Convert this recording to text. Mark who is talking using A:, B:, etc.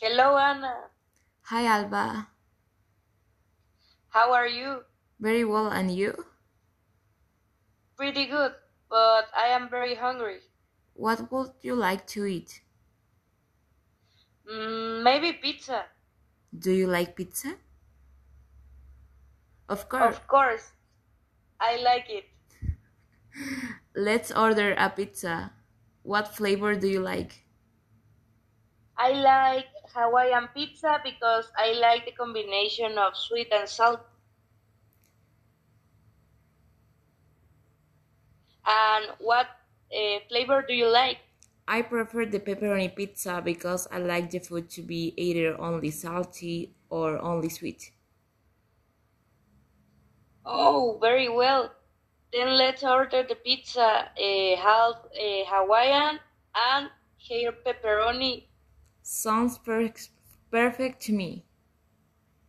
A: Hello, Anna.
B: Hi, Alba.
A: How are you?
B: Very well, and you?
A: Pretty good, but I am very hungry.
B: What would you like to eat?
A: Mm, maybe pizza.
B: Do you like pizza? Of course.
A: Of course, I like it.
B: Let's order a pizza. What flavor do you like?
A: I like Hawaiian pizza because I like the combination of sweet and salt. And what uh, flavor do you like?
B: I prefer the pepperoni pizza because I like the food to be either only salty or only sweet.
A: Oh, very well. Then let's order the pizza, uh, half uh, Hawaiian and here pepperoni.
B: Sounds per- perfect to me.